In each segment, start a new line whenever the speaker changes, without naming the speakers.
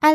艾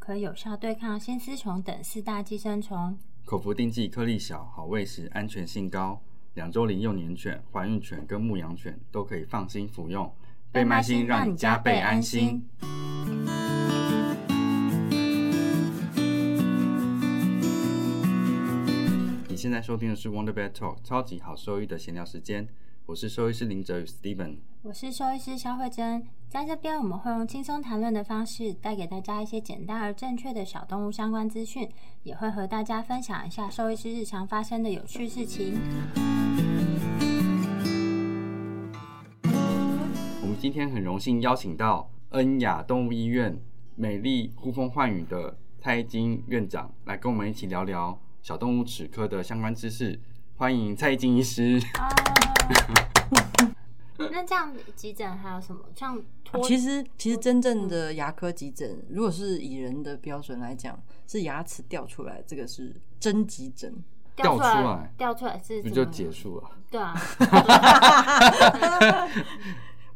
可有效对抗新丝虫等四大寄生虫。
口服定剂颗粒小，好喂食，安全性高。两周龄幼年犬、怀孕犬跟牧羊犬都可以放心服用。倍麦心让你加倍安心。。你现在收听的是 Wonder Vet Talk 超级好兽医的闲聊时间，我是兽医师林哲宇 Steven。
我是兽医师肖慧珍，在这边我们会用轻松谈论的方式，带给大家一些简单而正确的小动物相关资讯，也会和大家分享一下兽医师日常发生的有趣事情。
我们今天很荣幸邀请到恩雅动物医院美丽呼风唤雨的蔡金院长来跟我们一起聊聊小动物齿科的相关知识。欢迎蔡金医师。
啊那这样急诊还有什么？像脱
啊其实，其实真正的牙科急诊，如果是以人的标准来讲，是牙齿掉出来，这个是真急诊。
掉
掉出来
掉出来是
不
怎
就
么
结束了？
对 啊，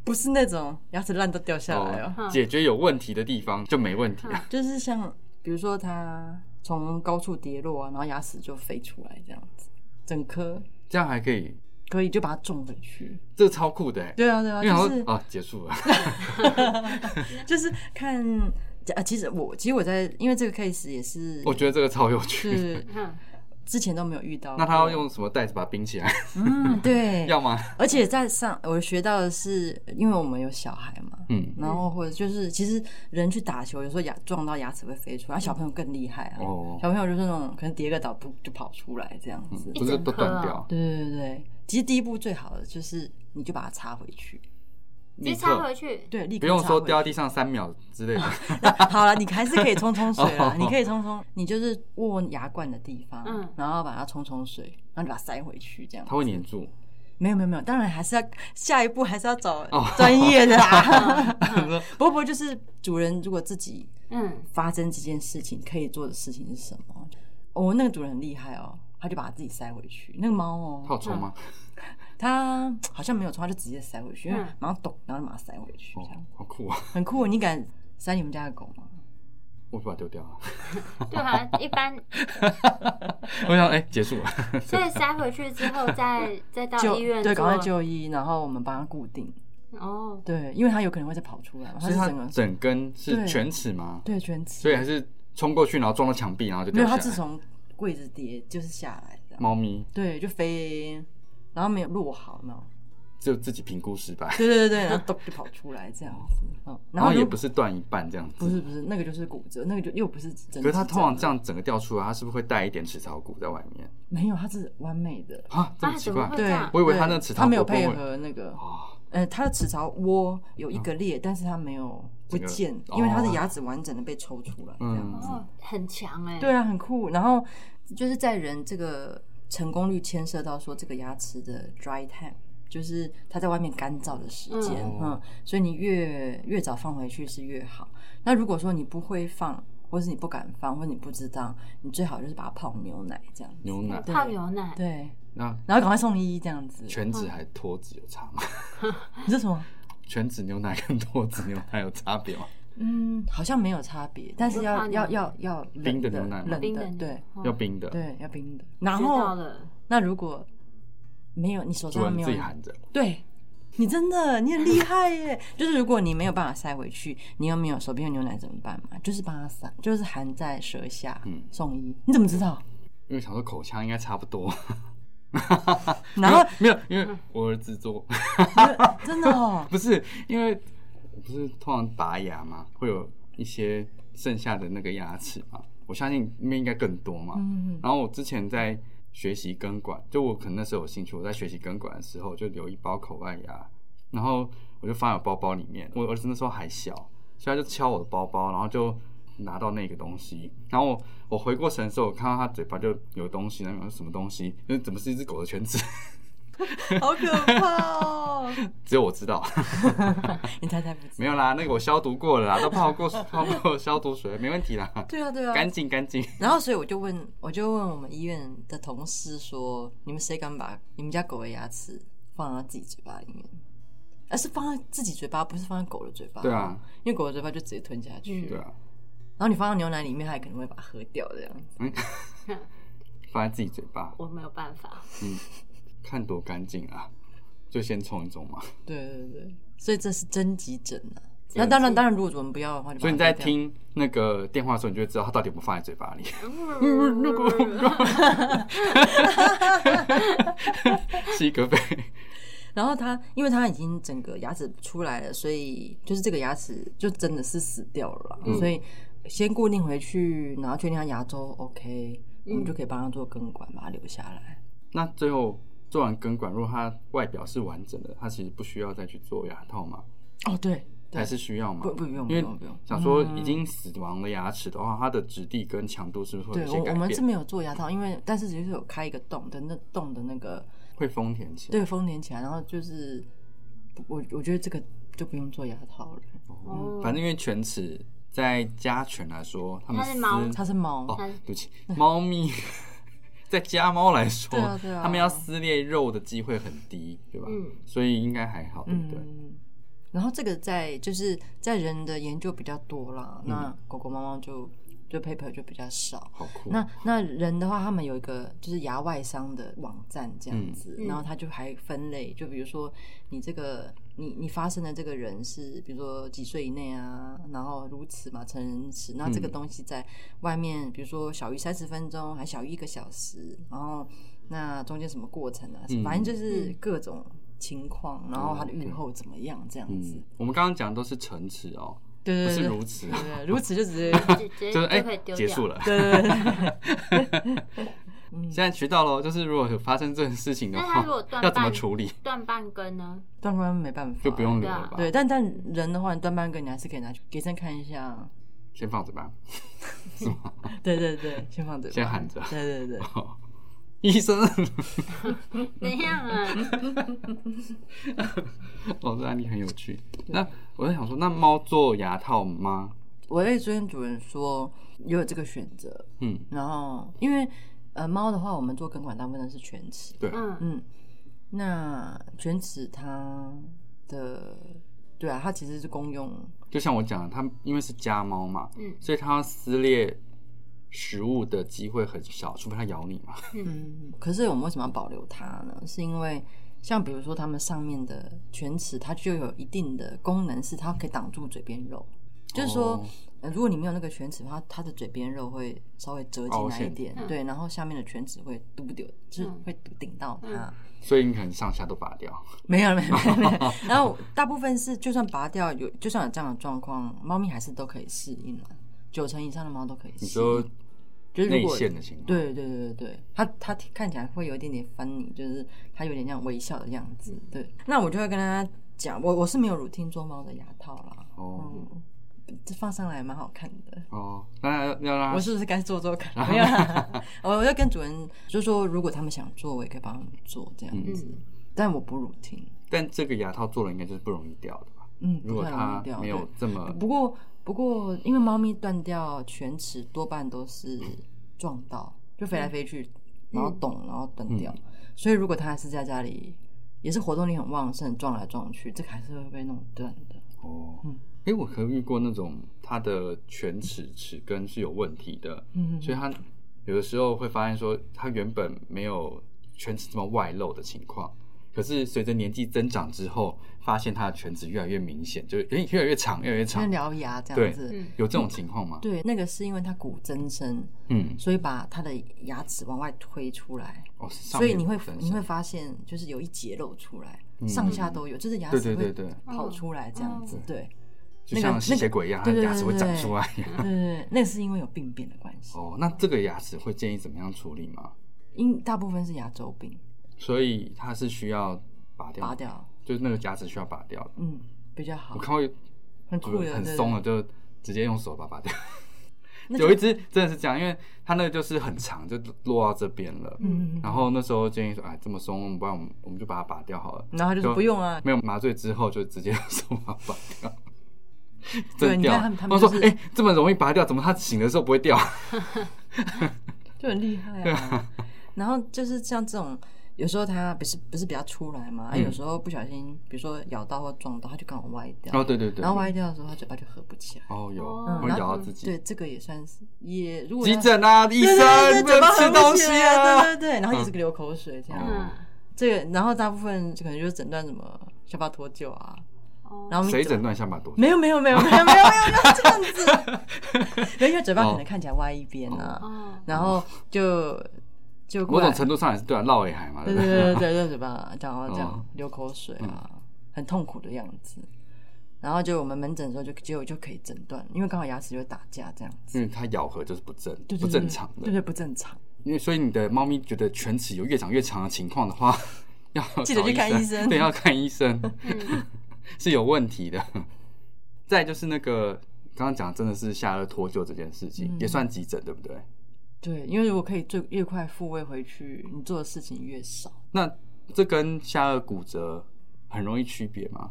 不是那种牙齿烂到掉下来哦，
哦解决有问题的地方就没问题了。
就是像比如说它从高处跌落啊，然后牙齿就飞出来这样子，整颗
这样还可以，
可以就把它种回去。
这超酷的欸。
对啊，对啊，
因为想
就
说
是
啊，结束了，
就是看啊，其实我其实我在因为这个 case 也是，
我觉得这个超有趣。
是
嗯，
之前都没有遇到过。
那他要用什么袋子把它冰起 来？
嗯对，
要吗？
而且在上，我学到的是，因为我们有小孩嘛，
嗯，
然后或者就是，其实人去打球，有时候牙撞到牙齿会飞出来，小朋友更厉害啊。
哦嗯
小朋友就是那种可能跌个倒不就跑出来这样子。
不是都断掉，
对对对对，其实第一步最好的就是你就把它插回去，
直接
立
插回
刻
去。
对，立刻
不用
插
说
回
掉
去
地上三秒之类的。
好了，你还是可以冲冲水
哦
啦，你可以冲冲，你就是握握牙冠的地方，
嗯
然后把它冲冲水，然后你把它塞回去这样子。
它会粘住，
没有没有没有，当然还是要下一步还是要找
哦
专 业的 啊。不过就是主人如果自己
嗯，
发生这件事情，可以做的事情是什么？哦，那个主人很厉害哦，他就把自己塞回去。那个猫
它有
哦，
虫吗？
它好像没有冲，它就直接塞回去，因为
嗯
马上咚，然后就把它塞回去，这样
哦，好酷啊！
很酷哦。你敢塞你们家的狗吗？
我就把它丢掉了。
对啊，一般，
我想，哎，结束了。
所以塞回去之后再再到
就
医院
对，赶快
做
就医，然后我们帮它固定。
哦，
对，因为它有可能会再跑出来嘛，它
所以
是
它
整个
整根是
对
全齿吗？
对全齿，
所以还是冲过去，然后撞到墙壁，然后就
没
掉
有
下
它
来。
自从柜子跌就是下来的。
猫咪
对，就飞，然后没有落好，有没有？
就自己评估失 败，
对对对对，然后咚就跑出来这样子，嗯，
然后
如
也不是断一半这样
不
子。
是不是，那个就是骨折，那个就又不是真。
可是它通常这
样，
样整个掉出来，它是不是会带一点齿槽骨在外面？
没有，它是完美的，
啊，这么
啊，
奇
怎
怪
么会这
对
样，？
我以为
对
它那齿槽
它没有
骨会
配
不会
合那个，
哦，
呃，它的齿槽窝有一个裂，但是它没有不
嗯整个
见，因为它
哦嗯
的牙齿完整的被抽出来这样子。
哦，很强哎，
对啊，很酷。然后就是在人这个成功率牵涉到说这个牙齿的 dry time，就是它在外面干燥的时间，
嗯
嗯所以你越越早放回去是越好。那如果说你不会放，或是你不敢放，或者你不知道，你最好就是把它泡牛奶这样子，
牛奶，
对
泡牛奶，
对，
那
然后赶快送医这样子。
全脂还脱脂有差吗？
你说什么？
全脂牛奶跟脱脂牛奶有差别 吗？
嗯，好像没有差别，但是
就泡
要
牛奶
要要要冷
冰的牛奶吗
冷
冰的
的，
牛
对
哦
要冰的，
对，要冰的。然
知道
后
了，
那如果没有你手
主
上
人
没有
自己含着，
对你真的你很厉害耶！ 就是如果你没有办法塞回去，你又没有手边有牛奶怎么办嘛？就是把它塞，就是含在舌下，
嗯
送医。你怎么知道？
因为想说口腔应该差不多。
然后
没有，因为我儿子做，
真 的哦，
不是因为我不是通常拔牙嘛，会有一些剩下的那个牙齿嘛，我相信那边应该更多嘛。
嗯，
然后我之前在学习根管，就我可能那时候有兴趣，我在学习根管的时候就留一包口外牙，然后我就放在我包包里面。我儿子那时候还小，所以他就敲我的包包，然后就拿到那个东西。然后我我回过神的时候，我看到它嘴巴就有东西，然后想说什么东西？那怎么是一只狗的圈子？
好可怕哦！
只有我知道，
你太太不知
没有啦，那个我消毒过了啦，都泡过泡过消毒水，没问题啦，
对啊，对啊。
干净 干净。
然后，所以我就问，我就问我们医院的同事说：“你们谁敢把你们家狗的牙齿放到自己嘴巴里面？而是放在自己嘴巴，不是放在狗的嘴巴。
对啊，
因为狗的嘴巴就直接吞下去。
对啊，
然后你放到牛奶里面，它也可能会把它喝掉这样子。
放在自己嘴巴，
我没有办 法。
看多干净啊，就先冲一冲嘛。
对啊对对，所以这是真急诊啊。那当然，当然，如果我们不要的话，就把它
所以你在
丢掉
听那个电话的时候，你就会知道它到底有没有放在嘴巴 里。西格菲，
然后它，因为它已经整个牙齿出来了，所以就是这个牙齿就真的是死掉了啦、
嗯
所以先固定回去，然后确定它牙周 OK，、我们就可以帮它做根管，把它留下来。
那最后做完根管，如果它外表是完整的，它其实不需要再去做牙套嘛？
哦，对，对
还是需要嘛？
不不用不
因为
用不嗯用。
想说已经死亡的牙齿的话，它的质地跟强度是不是会有
对
一些
我
改
我们是
变？
没有做牙套，因为但是只是有开一个洞的那洞的那个
会丰田起来。
对封填起来，然后就是我我觉得这个就不用做牙套了，
嗯
哦
反正因为犬齿在家犬来说，它们
它是
撕
猫
它是猫，
哦，
它
对
是
不起，猫咪 在家猫来说，
对啊对啊
它们要撕裂肉的机会很低，对吧？
嗯
所以应该还好，对不对？
嗯，然后这个在就是在人的研究比较多啦，
嗯
那狗狗猫猫就就 paper 就比较少。
好酷。
那那人的话，他们有一个就是牙外伤的网站这样子，
嗯
然后他就还分类，就比如说你这个你你发生的这个人是比如说几岁以内啊，然后如此嘛，成人齿，那这个
嗯
东西在外面，比如说小于三十分钟，还小于一个小时，然后那中间什么过程啊，
嗯
反正就是各种情况，然后他的预后怎么样这样子
嗯，，我们刚刚讲的都是唇齿哦，不
对对
是
对
如
对
此，啊
对，对如此就直接
直接
就是哎、
就可以丢
结束
掉。
了。
对对对对。嗯
现在学到了，就是如果有发生这种事情的
那它
话
如果，断
要怎么
半
处理，
断半根呢？
断根没办法，
就不用留
对啊
了吧？
对，，但但人的话，你断半根你还是可以拿去给医生看一下。啊
先放嘴巴。
对对对，先放嘴巴，
先喊着
对对对，
医生，
怎样啊？
哦，这案例很有趣。那我在想说，那猫做牙套吗？
我也昨天主人说也有这个选择，
嗯，
然后因为呃猫的话，我们做根管大部分都是全齿，
对，
嗯，
嗯，那全齿它的对啊，它其实是公用，
就像我讲的，它因为是家猫嘛，
嗯
所以它撕裂食物的机会很小，除非它咬你嘛。
嗯，可是我们为什么要保留它呢？是因为像比如说它们上面的犬齿，它就有一定的功能，是它可以挡住嘴边肉。就是说
哦，
呃如果你没有那个犬齿，它它的嘴边肉会稍微折进
凹
来一
陷
点，
嗯
对，然后下面的犬齿会嘟丢，就是
嗯
会堵顶到它。
嗯
所以你可能上下都拔掉。
没有，没有，没有。没 有然后大部分是，就算拔掉，有就算有这样的状况，猫咪还是都可以适应了。九成以上的猫都可以适应。
你说
就是如
内
果
陷的情况，，
对对对对对，它它看起来会有一点点 funny，就是它有点那样微笑的样子。
嗯
对，那我就会跟他讲，我我是没有乳听做猫的牙套啦，
哦
嗯，这放上来蛮好看的。
哦，那要要让
我
它
是不是该做做看？
啊
没有啦，我我要跟主人就说，如果他们想做，我也可以帮他们做这
嗯
嗯
样子，但我不乳听。
但这个牙套做了应该就是不容易掉的吧？
嗯，
如果
不太容
它
易掉
没
对嗯
有这么
不过不过，因为猫咪断掉犬齿多半都是撞到，就飞
嗯
来飞去，然后懂，然后断掉。所以如果它还是在家里，也是活动力很旺盛，撞来撞去，这个还是会被弄断的。
哦
嗯，
哎，我可遇过那种它的犬齿齿根是有问题的，
嗯，
所以它有的时候会发现说，它原本没有犬齿这么外露的情况，可是随着年纪增长之后，发现它的犬齿越来越明显，就是诶越来越长，越来越
像
长。
獠牙这
对
样子。
嗯
有这种情况吗？
对，那个是因为它骨增生，
嗯，
所以把它的牙齿往外推出来，
哦，上
所以
面
你会
本身
你会发现就是有一节露出来，
嗯
上下都有，就是牙
对对
齿会
对对，
跑出来这样子
哦。
对
就像吸血鬼一样，它
那个
的牙齿会长出来。
对对对，那是因为有病变的关系。
哦，那这个牙齿会建议怎么样处理吗？
因大部分是牙周病，
所以它是需要拔掉，
拔，掉，
就是那个牙齿需要拔掉的。
嗯，比较好
我，看过
很酷的，
很
对
松了，就直接用手把它拔掉。
那
有一只真的是这样，因为它那个就是很长，就落到这边了。
嗯，
然后那时候建议说，哎，这么松，不然我们我们就把它拔掉好了。
然后他就说不用啊，
没有麻醉之后就直接 手把它拔掉，
对
真
你
掉。
看他们他们
我说
就：“是
哎、这么容易拔掉，怎么它醒的时候不会 掉
就很厉害啊。 然后就是像这种，有时候它不是不是比较出来嘛，啊
嗯
有时候不小心，比如说咬到或撞到，它就刚好歪？”掉，
哦，对对对，
然后歪掉的时候，它嘴巴就合不起来。
哦有
哦
会
然
咬
后
到自己，
对，这个也算是也如果
急
它
诊啊，医
对
生
对对
不
嘴巴
能
合
吃
不
东
起
西
来，
啊
对。对对，然后一直流口水这样。
嗯，
这个，然后大部分可能就是诊断什么下巴脱臼啊，
哦
然后我们
谁
嘴
诊断下巴多？
没有没有没有没有没有没有没有这样子，因为嘴巴可能看起来歪一边啊，
哦，
然后就就
某
过来
种程度上也是对啊，绕尾海嘛，
对
不
对
对？
对对对，就嘴巴讲到这样
哦
流口水啊，很痛苦的样子。然后就我们门诊的时候就就就可以诊断，因为刚好牙齿就会打架这样子，
因为它咬合就是不正
对对对
不正常
对
的，
对不正常，
因为所以你的猫咪觉得犬齿有越长越长的情况的话， 要
记得
找
去看医生
对，要看医生。
嗯，
是有问题的。 再就是那个刚刚讲，真的是下颚脱臼这件事情，
嗯
也算急诊，对不对？
对，因为如果可以最越快复位回去，你做的事情越少。
那这跟下颚骨折很容易区别吗？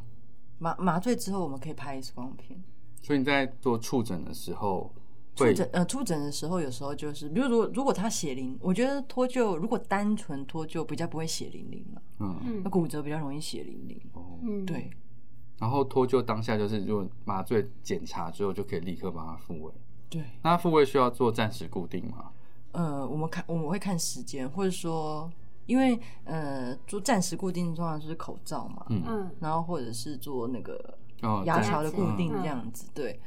麻麻醉之后，我们可以拍 X 光片。
所以你在做触诊的时候
出
会，
诊呃出诊的时候，有时候就是，比如如果如果他血淋，我觉得脱臼如果单纯脱臼比较不会血淋淋了，
嗯，
那
嗯
骨折比较容易血淋淋。
哦，
嗯，
对，
然后脱臼当下就是，如果麻醉检查之后就可以立刻帮它复位。
对，
那它复位需要做暂时固定吗？
呃，我们看我们会看时间，或者说因为呃做暂时固定通常就是口罩嘛，
嗯，
嗯，
然后或者是做那个
哦，
牙
对
桥的固定
嗯
这样子，对。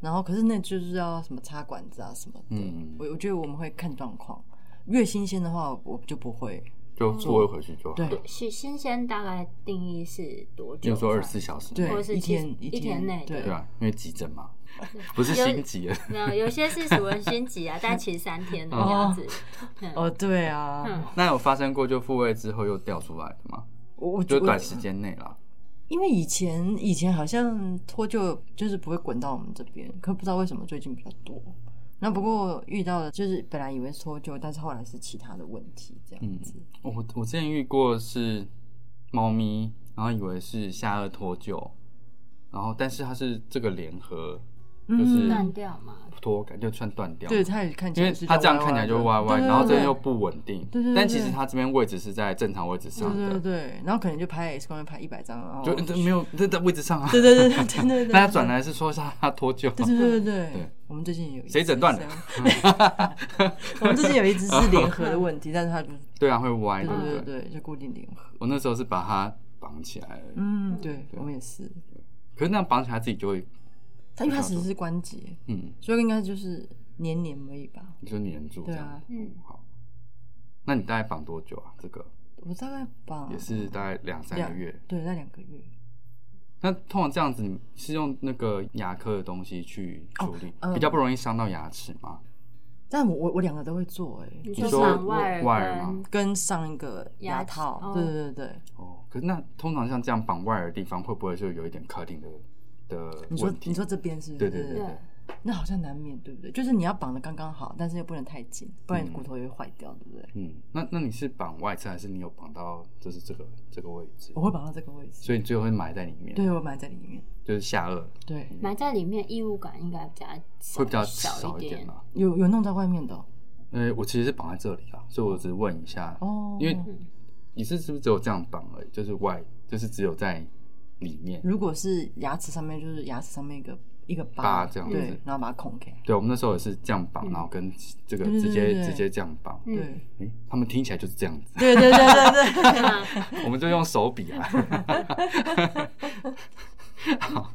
然后可是那就是要什么插管子啊什么的，
嗯
我我觉得我们会看状况，越新鲜的话我就不会，
就复位回去就好。
对，
是新鲜大概定义是多
比
久？
如说二十四小时，
对
或是
一
其实
天
一
天
天内
对
对啊，因为急诊 嘛，不是心急 了。
没有，有些是属于心急 啊，但其实三天的样子。嗯
哦，对啊，
嗯
那有发生过就复位之后又掉出来的吗？
我我
就
我
短时间内啦。
因为以前以前好像脱臼就是不会滚到我们这边，可不知道为什么最近比较多。那不过遇到的就是本来以为是脱臼，但是后来是其他的问题这
嗯
样子。
我我之前遇过是猫咪，然后以为是下颚脱臼，然后但是它是这个联合就是
断掉嘛，
脱，感觉算断掉。
嗯对，它也看起
因
来
为
是
它这样
歪
看起来就
的
歪歪，
对
然后这
对
边又不稳定
对对对，
但其实它这边位置是在正常位置
对
上
对对
的，
对，然后可能就拍 X 光片拍一百张，然后
就这没有这在位置上啊。
对对对对对 对对，
大家转来是说是它脱臼，
对对对对对
对，
我们最近有一
谁
只
诊断
是
的
这样？ 我们最近有一只是联合的问题，但是它就
对啊会歪，
对
对
对
不
对
对？
对，就固定联合。
我那时候是把它绑起来而已，
嗯，对，我们也是。
可是那样绑起来自己就会，
它一开始是关节，
嗯，
所以应该就是黏黏而已吧。
你就黏住这
对
样。
啊，
嗯，
好，那你大概绑多久啊？这个
我大概绑
也是大概两三
两
个月。
对，那两个月。
那通常这样子，你是用那个牙科的东西去处理，
呃
比较不容易伤到牙齿吗？
但我我我两个都会做哎、
你
你
说
说
绑外
外
耳
耳吗
根，
跟上一个牙
牙
套，
齿哦
对对对对，
哦，可是那通常像这样绑外耳的地方，会不会就有一点 cutting 的的
你说
问题？
你说这边是不
对
是？
对对
对
那好像难免对不对？就是你要绑的刚刚好，但是又不能太紧，不然
嗯
骨头也会坏掉，对不对？
嗯，那那你是绑外侧，还是你有绑到就是这个这个位置
我？会绑到这个位置，
所以你最后会埋在里面，
对我埋在里面，
就是下颚
对，
埋在里面异物感应该比较少
会比较
小
少一
点
点。嘛。
有有弄到外面的哦
呃，我其实是绑在这里啊，所以我只是问一下
哦，
因为你是是不是只有这样绑而已？就是外，就是只有在里面。
如果是牙齿上面，就是牙齿上面一个一个疤
疤这样子
对，然后把它孔开，
对，我们那时候也是这样绑，然后跟这个
嗯对对
直接
对对
直接这样绑。
嗯
对，
诶，他们听起来就是这样子，
对对对对 对。
对啊，
我们就用手比啊。好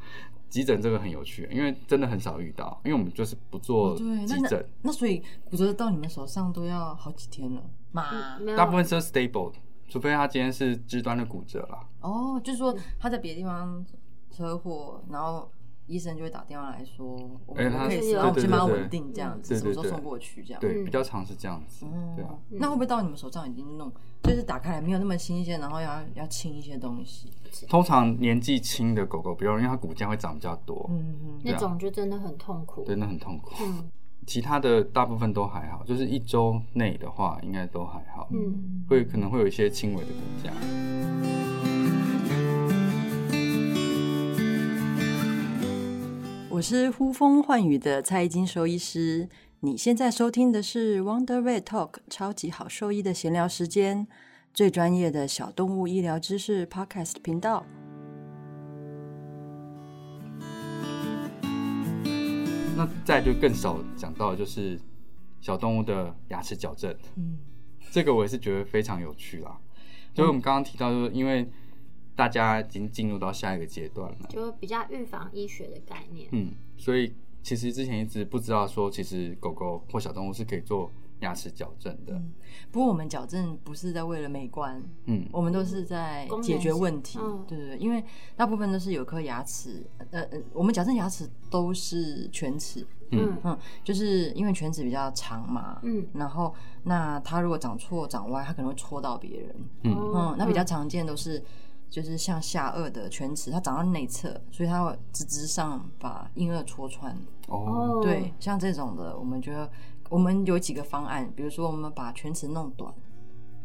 急诊这个很有趣，因为真的很少遇到，因为我们就是不做
哦对，那
急
那
诊，
那所以骨折到你们手上都要好几天了嘛？
嗯没有
大部分是 stable，除非他今天是肢端的骨折啦。
哦，就是说他在别的地方车祸，然后医生就会打电话来说，我
哎
们
他
可以
是有
让我
对
先
对
把它
对
稳定这样子，
对
什么
对
时候送
对
过去这样。
对，
嗯
比较常是这样子。
哦
对啊，
那会不会到你们手上已经弄，就是打开来没有那么新鲜，然后要要清一些东西？
通常年纪轻的狗狗比较容易，因为它骨架会长比较多，
嗯，
那种就真的很痛苦。
对，那很痛苦。
嗯，
其他的大部分都还好，就是一周内的话，应该都还好，
嗯，
会可能会有一些轻微的增加。
我是呼风唤雨的蔡依金兽医师，你现在收听的是 Wonder Vet Talk 超级好兽医的闲聊时间，最专业的小动物医疗知识 Podcast 频道。
那再就更少讲到的就是小动物的牙齿矫正，
嗯，
这个我也是觉得非常有趣啦。就是我们刚刚提到，就是因为大家已经进入到下一个阶段了，
就比较预防医学的概念。
嗯，所以其实之前一直不知道说，其实狗狗或小动物是可以做牙齿矫正
嗯
的，
不过我们矫正不是在为了美观，
嗯，
我们都是在
功能
解决问题
性嗯，
对对对，因为大部分都是有颗牙齿，呃呃，我们矫正牙齿都是全齿，
嗯
嗯
嗯，就是因为全齿比较长嘛，
嗯
然后那它如果长错长歪，它可能会戳到别人，
嗯
哦
嗯，那比较常见都是就是像下颚的全齿，它长到内侧，所以它会直直上把硬腭戳穿，嗯
哦，
哦，
对，，像这种的，我们觉得我们有几个方案，比如说我们把全齿弄短，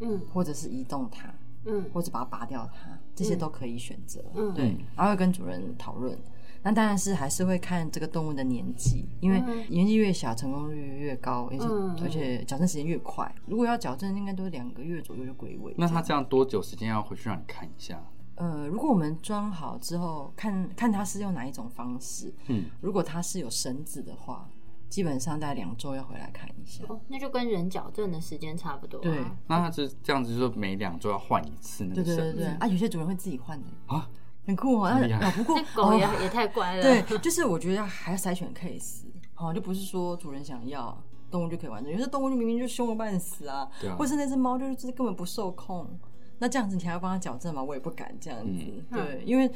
嗯
或者是移动它。
嗯
或者把它拔掉它，这些
嗯
都可以选择。
嗯
对，然后会跟主人讨论。那当然是还是会看这个动物的年纪，因为
嗯
年纪越小，成功率越高，而且、
嗯
而且矫正时间越快。如果要矫正，应该都两个月左右就归位。
那它
样
这样多久时间要回去让你看一下？
呃，如果我们装好之后，看看它是用哪一种方式。
嗯，
如果它是有绳子的话，基本上大概两周要回来看一下。
哦，那就跟人矫正的时间差不多、啊。
对
那它是这样子，就是每两周要换一次那
对
个
对
绳
对
子
对，啊，有些主人会自己换的，
啊，
很酷哦。
厉害
那啊不过
那狗也、
哦
也太乖了。
对，就是我觉得还要筛选 case，哦，就不是说主人想要动物就可以完成，有些动物就明明就凶的半死啊，
对啊
或，是那只猫就是就是根本不受控，那这样子你还要帮它矫正吗？我也不敢这样子，
嗯
对，因为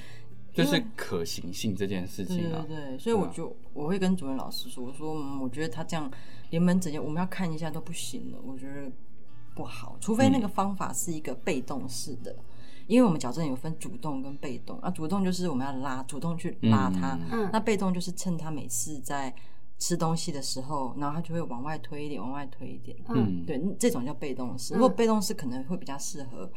就是可行性这件事
对
情
对
啊，
对，所以我就、我会跟主任老师说，我说、嗯、我觉得他这样连门诊也我们要看一下都不行了，我觉得不好，除非那
嗯
个方法是一个被动式的。因为我们矫正有分主动跟被动，那、啊主动就是我们要拉，主动去拉它，
嗯
嗯，
那被动就是趁他每次在吃东西的时候，然后他就会往外推一点，往外推一点。
嗯
嗯，
对，嗯这种叫被动
嗯
式。如果被动式可能会比较适合，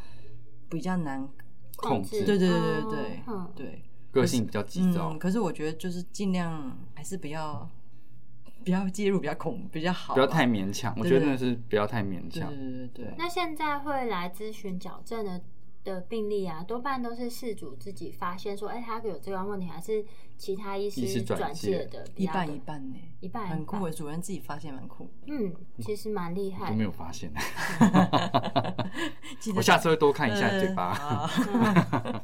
比较难。
控制，
对对对对
哦
对
嗯
对，
个性比较急躁
嗯，，可是我觉得就是尽量还是比较比较介入比较恐比较好，
不要太。勉强。我
对
觉得
对
真的是不要太勉
对
强
对。对对对。
那现在会来咨询矫正的的病例啊，多半都是事主自己发现说，哎、他有这个问题，还是其他医
医师
师
转
转
介
介的比
一
较
半
多
一，半呢，
一半一
很酷。
半
我主任自己发现蛮酷，
嗯，其实蛮厉害
都
的
没有发现，
记得
我下次会多看一下
呃
嘴巴。
好呃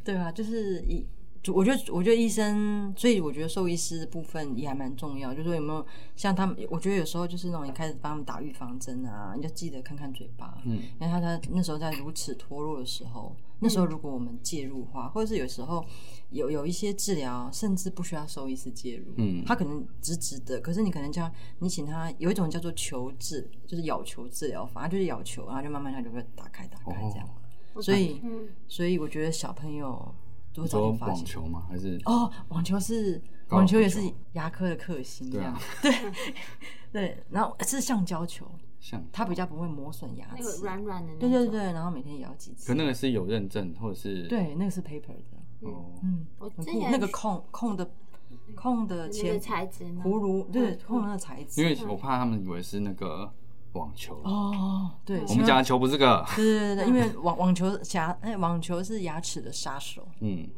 对啊，就是一，就我觉得，我觉得医生，所以我觉得兽医师的部分也还蛮重要，就是说有没有像他们，我觉得有时候就是那种你开始帮他们打预防针啊，你就记得看看嘴巴，
嗯，
因为他他那时候在乳齿脱落的时候，那时候如果我们介入的话，或者是有时候有有一些治疗，甚至不需要兽医师介入，
嗯
他可能直直的，可是你可能叫你请他有一种叫做球治，就是咬球治疗法，他就是咬球，然后就慢慢它就会打开打
哦
开这样，所以
嗯，
所以我觉得小朋友如果
你
早
说
点发
网
现。
球吗？还是
哦，网球是
高尔夫
网球也
球
是牙科的克星，这
对
样
啊，
对对，然后是橡胶球，
像？
它比较不会磨损牙
那个
齿，
软软的那
对对
种，
对，然后每天咬几次
可，那个是有认证，或者是
对，那个是 paper 的，
哦，
嗯，
我
很
之
酷
前
那个控控的控的
那个
前
材质吗
葫芦，对，
嗯
控的那个材质，
因为我怕他们以为是那个网球。
哦，对，
我
因
们
为
讲的球不是这个。
对对对对，因为网网球牙哎，网球是牙齿的杀手，
嗯，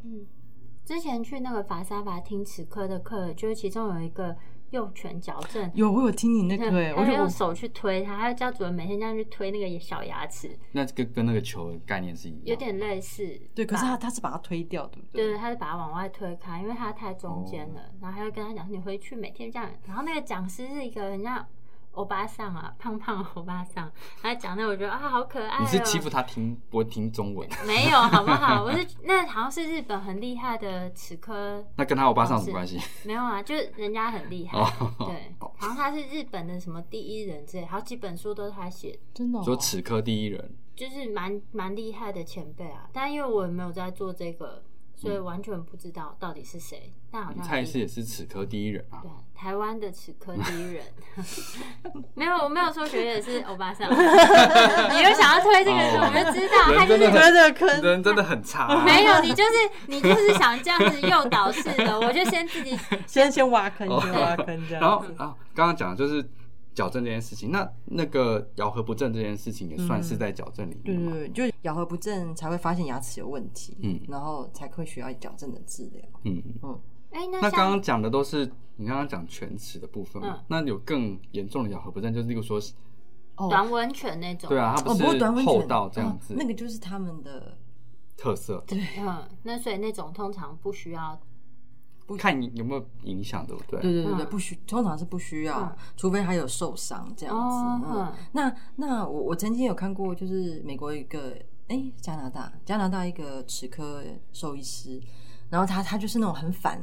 之前去那个法沙法听齿科的课，就是其中有一个右拳矫正。
有我有听你那
他
个哎，我
他
就
用
我
手去推它，他叫主人每天这样去推那个小牙齿，
那这个跟那个球的概念是一样。
有。点类似。
对，可是他他是把它推掉，对不
对，
对？
他就把它往外推开，因为它太中间
哦
了。然后他就跟他讲说，你回去每天这样。然后那个讲师是一个很像欧巴桑啊，胖胖的欧巴桑，他讲的我觉得啊好可爱、哦。
你是欺负他听不听中文？
没有好不好？ 我是那好像是日本很厉害的齿科，
那跟他欧巴桑有什么关系？
没有啊，就是人家很厉害。
哦，
对，好像他是日本的什么第一人之类，好几本书都是他写的，
真的哦
说齿科第一人，
就是蛮蛮厉害的前辈啊。但因为我也没有在做这个，所以完全不知道到底是谁。但好像
嗯蔡医师也是齿科第一人啊
对。台湾的齿科第 一人， 没有，我没有说学姐是欧巴 桑，你又想要推这个，
哦
我就知道他就
人真的
是
很
推这个坑，
人真的很差 啊、
没有，你就是你就是想这样子诱导式的，我就先自 己
先先挖坑，
哦
先挖坑这样。
然后啊，刚刚讲的就是矫正这件事情，那那个咬合不正这件事情也算是在矫正里
对
面嘛。
对对，就咬合不正才会发现牙齿有问题，
嗯
然后才会需要矫正的治疗。
嗯，
哎、那
那
像
刚刚讲的都是你刚刚讲犬齿的部分嘛，
嗯
那有更严重的咬合不正，就是例如说，
哦
短吻犬那种，
对啊，它
哦，不过短吻
是
卷
厚道这样子，
哦那个就是他们的
特色，
嗯，那所以那种通常不需要，
看你有没有影响，对不对？
对对对对，
嗯
不需通常是不需要，
嗯
除非他有受伤这样子。
哦嗯
嗯，那那我我曾经有看过，就是美国一个哎、加拿大加拿大一个齿科兽医师，然后他他就是那种很反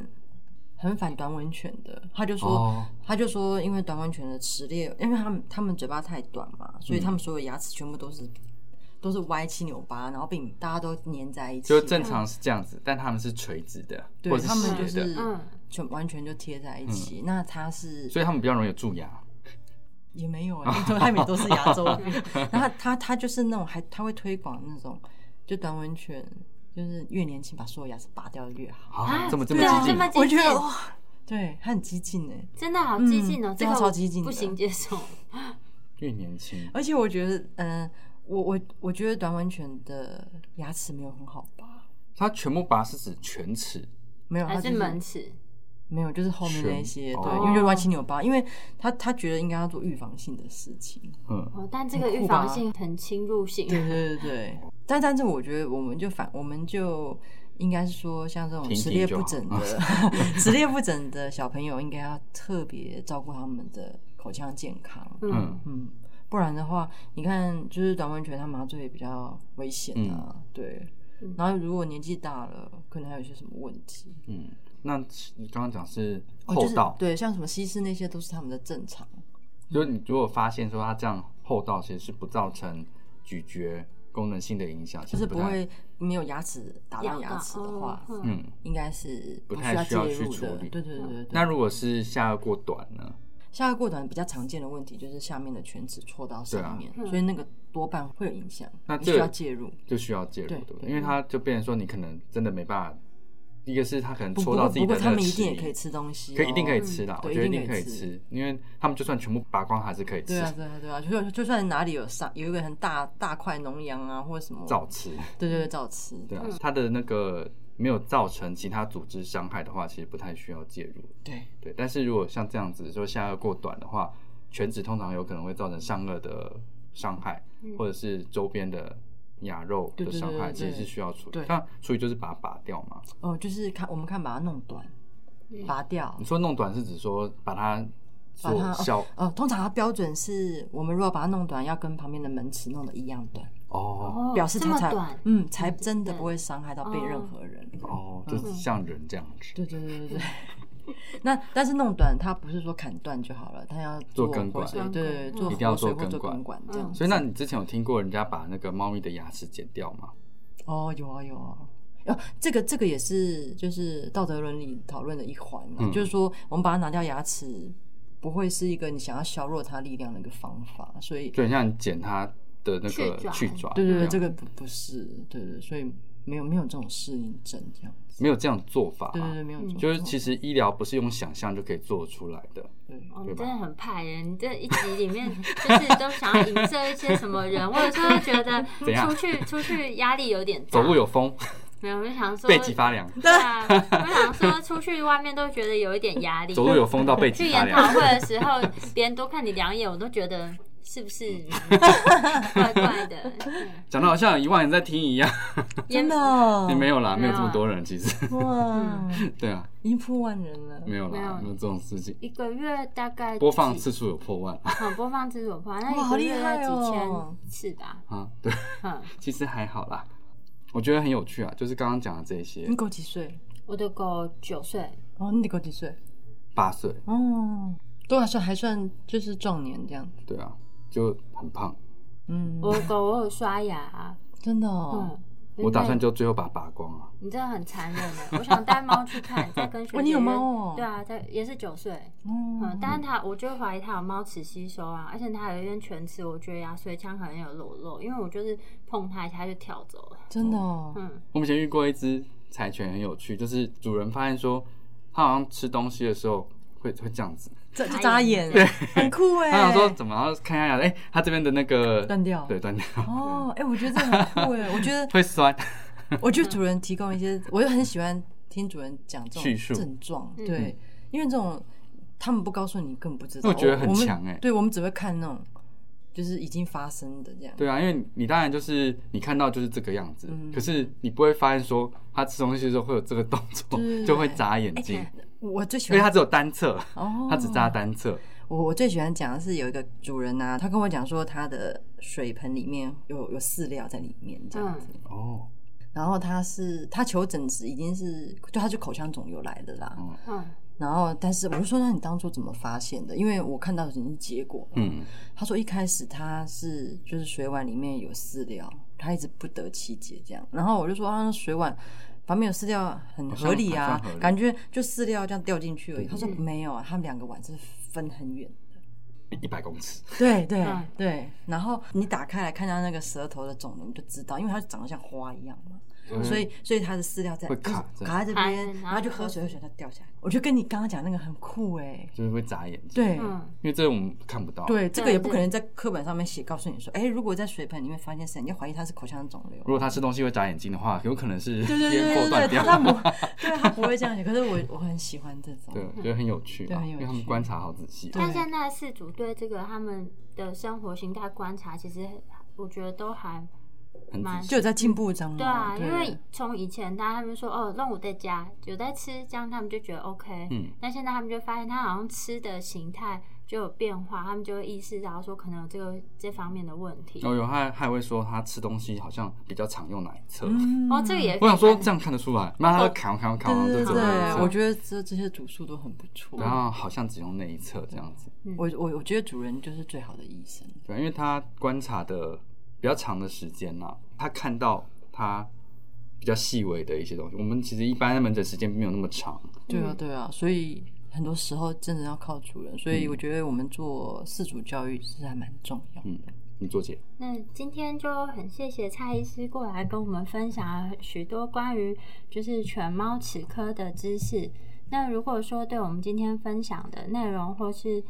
很反短吻犬的，他就说、
哦
他就说，因为短吻犬的齿列，因为他们他们嘴巴太短嘛，
嗯
所以他们所有牙齿全部都是。都是歪七扭八，然后并大家都粘在一起，
就正常是这样子，但他们是垂直的，
对
或者
他们就
斜的，
是
嗯
全完全就贴在一起。那他是
嗯所以他们比较容易有蛀牙。
也没有哎、欸，他们也都是牙周病。 然后他他就是那种还他会推广那种，就短吻犬，就是越年轻把所有牙齿拔掉越好。
啊，这么这么
对啊
激进
这么
我觉
激进
得哇，对他很激进哎、
真的好激进哦、
嗯
这个
对啊
我
超激进的
不行接受，
越年轻，
而且我觉得，嗯、我我我觉得短吻犬的牙齿没有很好拔，
它全部拔是指全齿，
没有，它
还
就是
门齿，
没有，就是后面那
全
些
哦
对，因为就是歪七扭八，因为他他觉得应该要做预防性的事情。
嗯，
哦，但这个
很酷
预防
吧
性很侵入性，
对对对对，
哦
但但是我觉得我们就反，我们就应该是说，像这种
停
齿
停
列
就
不
好
整的、齿列不整的小朋友，应该要特别照顾他们的口腔健康。
嗯
嗯，
嗯，不然的话，你看，就是短吻犬它麻醉也比较危险啊，对
嗯。
然后如果年纪大了，可能还有一些什么问题。
嗯，那你刚刚讲是
哦
厚道，
就是、对，像什么西施那些都是他们的正常。
就是你如果发现说它这样厚道，其实是不造成咀嚼功能性的影响，
就是不
太，
会没有牙齿打到牙齿的话，
咬到嗯
嗯。
应该是
不
需
太需要
介入
去
的
处。理嗯
对对对对对。
那如果是下颚过短呢？
下颌过短比较常见的问题就是下面的犬齿戳到上面，
对啊
所以那个多半会有影响，
嗯那
你
这
需要介入。
就需要介入，
对
对不对？
对
因为它就变成说你可能真的没办法，一个是它可能
不
戳
不
到
过
自己
不
的
过
那
他
个
们一
齿
定也
龈，
可以吃东西哦，
可以一定可以吃啦，
嗯
我
对
觉得一
一
定
定
可
可以
以吃，因为他们就算全部拔光还是可以
对
吃
啊，，对啊，对啊，就就算哪里有上有一个很大大块脓疡啊，或者什么，
照吃，
对对对，照吃。
对啊，它的那个没有造成其他组织伤害的话，其实不太需要介入，
对
对。但是如果像这样子说下颚过短的话，犬齿通常有可能会造成上颚的伤害，
嗯
或者是周边的牙肉
对
的
对对
伤害，
对
其实
对
是需要处理
对。
那处理就是把它拔掉嘛。
哦，就是看我们看把它弄短，
嗯
拔掉
你。说弄短是指说把它
把
做
它
消
哦，通常它标准是我们如果把它弄短，要跟旁边的门齿弄得一样短，
哦
哦，
表示
这
它
么
才
短，
嗯才真的不会伤害到被任何人。
哦，
嗯
就是像人这样子，
对对对对对。 那但是弄短，它不是说砍断就好了，它要
做根管
活水对对对，做
一定要
活水
做
或
根
做
管
根管这样子。
所以那你之前有听过人家把那个猫咪的牙齿剪掉吗？
哦，有啊有啊。哦，这个这个也是就是道德伦理讨论的一环、啊
嗯
就是说我们把它拿掉牙齿，不会是一个你想要削弱它力量的一个方法，所以
对，像你剪它的那
去爪
个去爪，
对对对，这
个
个不不是对对，对所以没有没有这种适应症这样子，
没有这样做法
对对
啊，
对，没有这种，
就是其实医疗不是用想象就可以做出来的，
对
哦，你
对吧
真的很派耶！你这一集里面 就是都想要影射一些什么人，我有时候觉得
怎样
出去出去压力有点大。
走路有风，
没有？我就想说
背脊发凉，
对啊，我想说出去外面都觉得有一点压力。
走路有风到背
去
脊发
研讨
凉，
会的时候，别人多看你两眼，我都觉得是不是 怪怪的？
讲的好像有一万人在听一样，
真的
也
哦
没有啦，
没
没
有啊
有这么多人，其实，
哇，
对啊，
已经破万人了，
没有
没有
啦，没有这种事情，
一个月大概
播放
几
次数有破万
嗯，播放次数吧，那
哇
一
好
个
厉
月
害
几
哦
千次吧。
啊，对，
嗯，
其实还好啦，我觉得很有趣啊，就是刚刚讲的这些
你，狗几岁？
我的狗九岁，
哦，你的狗几岁？
八岁，
哦，都还算还算就是壮年这样子，
对啊，就很胖，
嗯，
我的狗我有刷牙，
真的哦
嗯，
我打算就最后把它拔光啊。
你真的很残忍哎！我想带猫去看，再跟学姐
哦你有
约
猫哦
对啊，在也是九岁，嗯
嗯，
但是它我就怀疑它有猫齿吸收啊，而且它有一边犬齿，我觉得牙髓腔可能有裸露，因为我就是碰它一下它就跳走了。
真的哦，
嗯，
我们以前遇过一只柴犬，很有趣，就是主人发现说，它好像吃东西的时候会会这样子，
这就
眨
眨
眼
眼，很酷哎。
他想说怎么，然后看一下，哎、它这边的那个
断掉
对，断掉，
哦，哎，我觉得这很酷 哎，我觉得
会酸，
我觉得主人提供一些，我就很喜欢听主人讲这
叙述
种症状，
嗯
对，因为这种他们不告诉你更不知道，
我觉得很
们
强欸
对我们只会看那种就是已经发生的这样，
对啊，因为你当然就是你看到就是这个样子，
嗯
可是你不会发现说它吃东西的时候会有这个动作，
对
就会眨眼睛，
我最喜
因为它
欢
只有单侧，
哦，
它只眨单侧，
我我最喜欢讲的是有一个主人啊，他跟我讲说他的水盆里面有有饲料在里面这样子，
哦，
然后他是他求诊时已经是就他就口腔肿瘤来的啦，
嗯
嗯，
然后但是我就说那你当初怎么发现的？因为我看到的已经是结果，
嗯，
他说一开始他是就是水碗里面有饲料，他一直不得其解这样。然后我就说啊，那水碗旁边有饲料很合理
好
啊
像很合，理
感觉就饲料这样掉进去而已。
嗯
他说没有啊，他们两个碗是分很远。
一百公尺，
对对
嗯
对，然后你打开来看到那个舌头的肿瘤，你就知道，因为它长得像花一样嘛，哦所以所以它的饲料在
嗯会卡
就是卡在这
卡在
边，
然
然
后
后就喝水，喝水它掉下来。我就跟你刚刚讲那个很酷哎、
就是会眨眼睛，
对，
嗯，
因为这个我们看不到，，
对，这个
对
也不可
对
能在课本上面写告诉你说，哎，如果在水盆里面发现是，你要怀疑它是口腔肿瘤
如。果它吃东西会眨眼睛的话，有可能是
对对对
咽
对
破断
对对，
掉，
它不，对它不会这样写。可是我我很喜欢这种，
对，觉得很有趣
嗯对
啊，
很有
因为他们
趣
观察好仔细哦，
但
对
现在饲主对这个他们的生活形态观察，其实我觉得都还
很仔
蛮
细，
就有在进步当中。
对啊，
对
因为从以前大家他们说哦，让我在家有在吃，这样他们就觉得 OK。
嗯，
但现在他们就发现他好像吃的形态就有变化，他们就会意识到说可能有这个这方面的问题。
然
哦
后有他还会说他吃东西好像比较常用哪一侧，
嗯
哦，这个也
我想说这样看得出来，然后他就扛扛
对
扛，就
对
这
对
么一
对，我
侧，
觉得这这些主诉都很不错。
啊然后好像只用那一侧这样子，
我我我觉得主人就是最好的医生。
对，因为他观察的比较长的时间啦、他看到他比较细微的一些东西。我们其实一般的门诊时间没有那么长，
对啊
嗯，
对啊，所以很多时候真的要靠主人，所以我觉得我们做饲主教育是还蛮重要的。
嗯，你做姐，
那今天就很谢谢蔡医师过来跟我们分享了许多关于就是犬猫齿科的知识。那如果说对我们今天分享的内容或是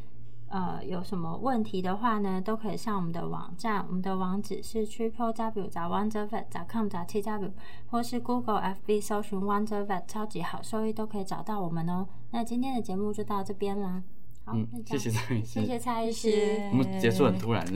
呃有什么问题的话呢，都可以上我们的网站，我们的网址是 triple w 找 wonder vet 找 com 找 t w，或是 Google FB 搜寻 wonder vet 超级好兽医都可以找到我们哦。那今天的节目就到这边啦，好，
嗯
那，这
谢
样谢
谢张医师，
嗯
谢蔡医师，
谢谢
我们结束很突然，